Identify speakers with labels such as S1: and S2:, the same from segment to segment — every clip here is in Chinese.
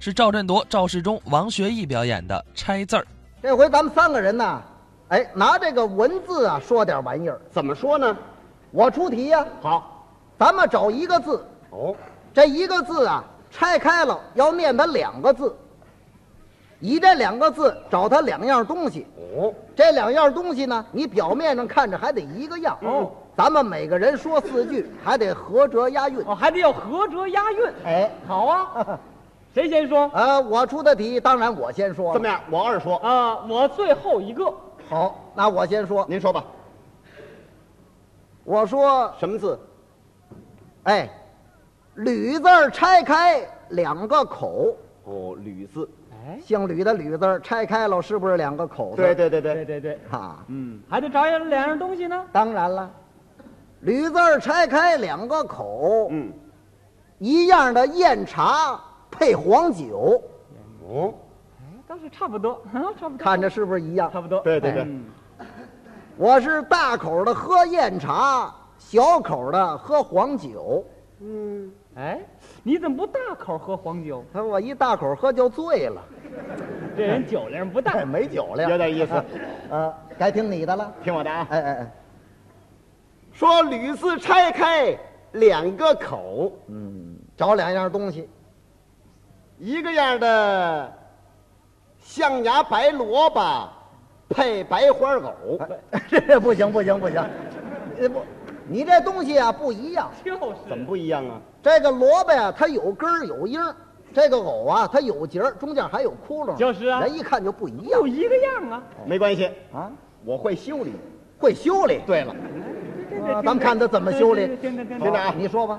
S1: 是赵振铎、赵世忠、王学义表演的《拆字儿》。
S2: 这回咱们三个人呢，哎，拿这个文字啊说点玩意儿。
S3: 怎么说呢？
S2: 我出题呀、
S3: 好，
S2: 咱们找一个字，
S3: 哦，
S2: 这一个字啊拆开了要念它两个字，以这两个字找它两样东西。
S3: 哦，
S2: 这两样东西呢，你表面上看着还得一个样
S3: 哦。
S2: 咱们每个人说四句，还得合辙押韵。
S4: 哦，还得要合辙押韵。
S2: 哎，
S4: 好啊， 谁先说？
S2: 呃，我出的题，当然我先说了。
S3: 怎么样？我二说，
S4: 啊，我最后一个。
S2: 好，那我先说。
S3: 您说吧，
S2: 我说，
S3: 什么字？
S2: 哎，吕字儿拆开两个口，
S3: 哦，吕字。
S4: 哎，
S2: 姓吕的吕字儿拆开了是不是两个口字？
S3: 对对对
S4: 对
S3: 对，
S4: 对对，
S2: 啊，
S4: 嗯，还得找两样东西呢。
S2: 当然了，吕字儿拆开两个口，
S3: 嗯，
S2: 一样的酽茶配黄酒，
S3: 哦，
S4: 哎倒是差不多，嗯， 差不多，
S2: 看着是不是一样？
S4: 差不多。
S3: 对对对，
S4: 嗯，
S2: 我是大口的喝酽茶，小口的喝黄酒。
S4: 哎，你怎么不大口喝黄酒？
S2: 他说我一大口喝就醉了，
S4: 这人酒量不大
S2: 哎，。 没酒量，
S3: 有 点意思
S2: 啊。呃，该听你的了。
S3: 听我的啊。
S2: 哎哎哎，
S3: 说吕字拆开两个口，
S2: 嗯，找两样东西。
S3: 一个样的象牙白萝卜配白花藕，
S2: 这不行不行不行，呃不，你这东西啊不一样。
S4: 就是
S3: 怎么不一样啊？
S2: 这个萝卜呀、它有根儿有缨儿；这个藕啊，它有节儿，中间还有窟窿。
S4: 就是啊
S2: 人一看就不一样
S4: 又一个样啊？
S3: 没关系，
S2: 啊，
S3: 我会修理。
S2: 会修理。
S3: 对了，
S4: 这
S2: 啊咱们看他怎么修理
S4: 听着听
S3: 听
S4: 着
S3: 着，啊
S2: 你说吧。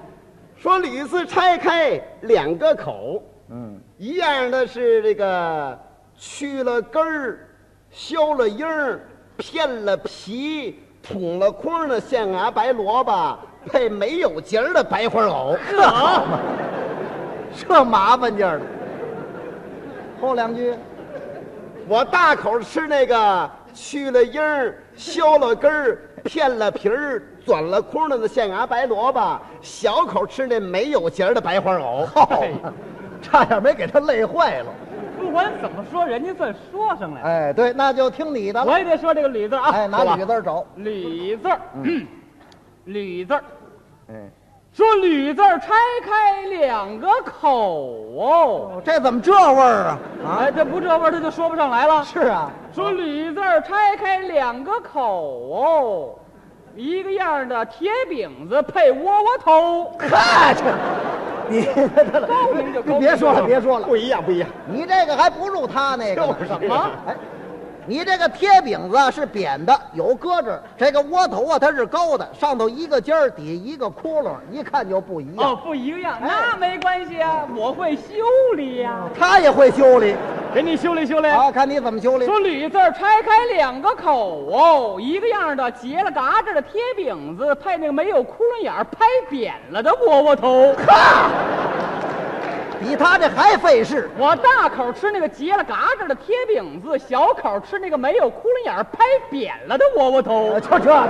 S3: 说吕字拆开两个口，
S2: 嗯，
S3: 一样的是这个去了根儿，削了缨儿，片了皮，捅了空儿的象牙白萝卜配没有节儿的白花藕。
S2: 这麻烦劲儿的。后两句，
S3: 我大口吃那个去了缨儿、削了根儿、片了皮儿、转了空的那象牙白萝卜，小口吃那没有节儿的白花藕。
S2: 哦，差点没给他累坏了。
S4: 不管怎么说，人家算说上来。
S2: 哎，对，那就听你的了。
S4: 我也得说这个“吕”字啊，
S2: 哎，拿吕字儿找。
S4: 吕字儿， 嗯吕字儿，
S2: 哎，
S4: 说吕字儿拆开两个口哦，
S2: 这怎么这味儿啊？
S4: 哎，这不这味儿他就说不上来了。
S2: 是啊，
S4: 说吕字儿拆开两个口哦，一个样儿的铁饼子配窝窝 头，
S2: 看这，你
S4: 高明就高明，
S2: 别说了，别说了。
S3: 不一样，不一样，
S2: 你这个还不如他那个呢
S3: 就是
S4: 什么？
S2: 哎，你这个贴饼子是扁的，有搁这儿；这个窝头啊，它是高的，上头一个尖儿，底下一个窟窿，一看就不一样。
S4: 哦，不一个样，那没关系啊，我会修理呀、
S2: 他也会修理，
S4: 给你修理修理。
S2: 啊，看你怎么修理。
S4: 说吕字儿拆开两个口哦，一个样儿的结了嘎吱的贴饼子，配那个没有窟窿眼儿拍扁了的窝窝头。
S2: 比他这还费事。
S4: 我大口吃那个结了嘎吱的贴饼子，小口吃那个没有窟窿眼儿拍扁了的窝窝头
S2: 呃。就这个，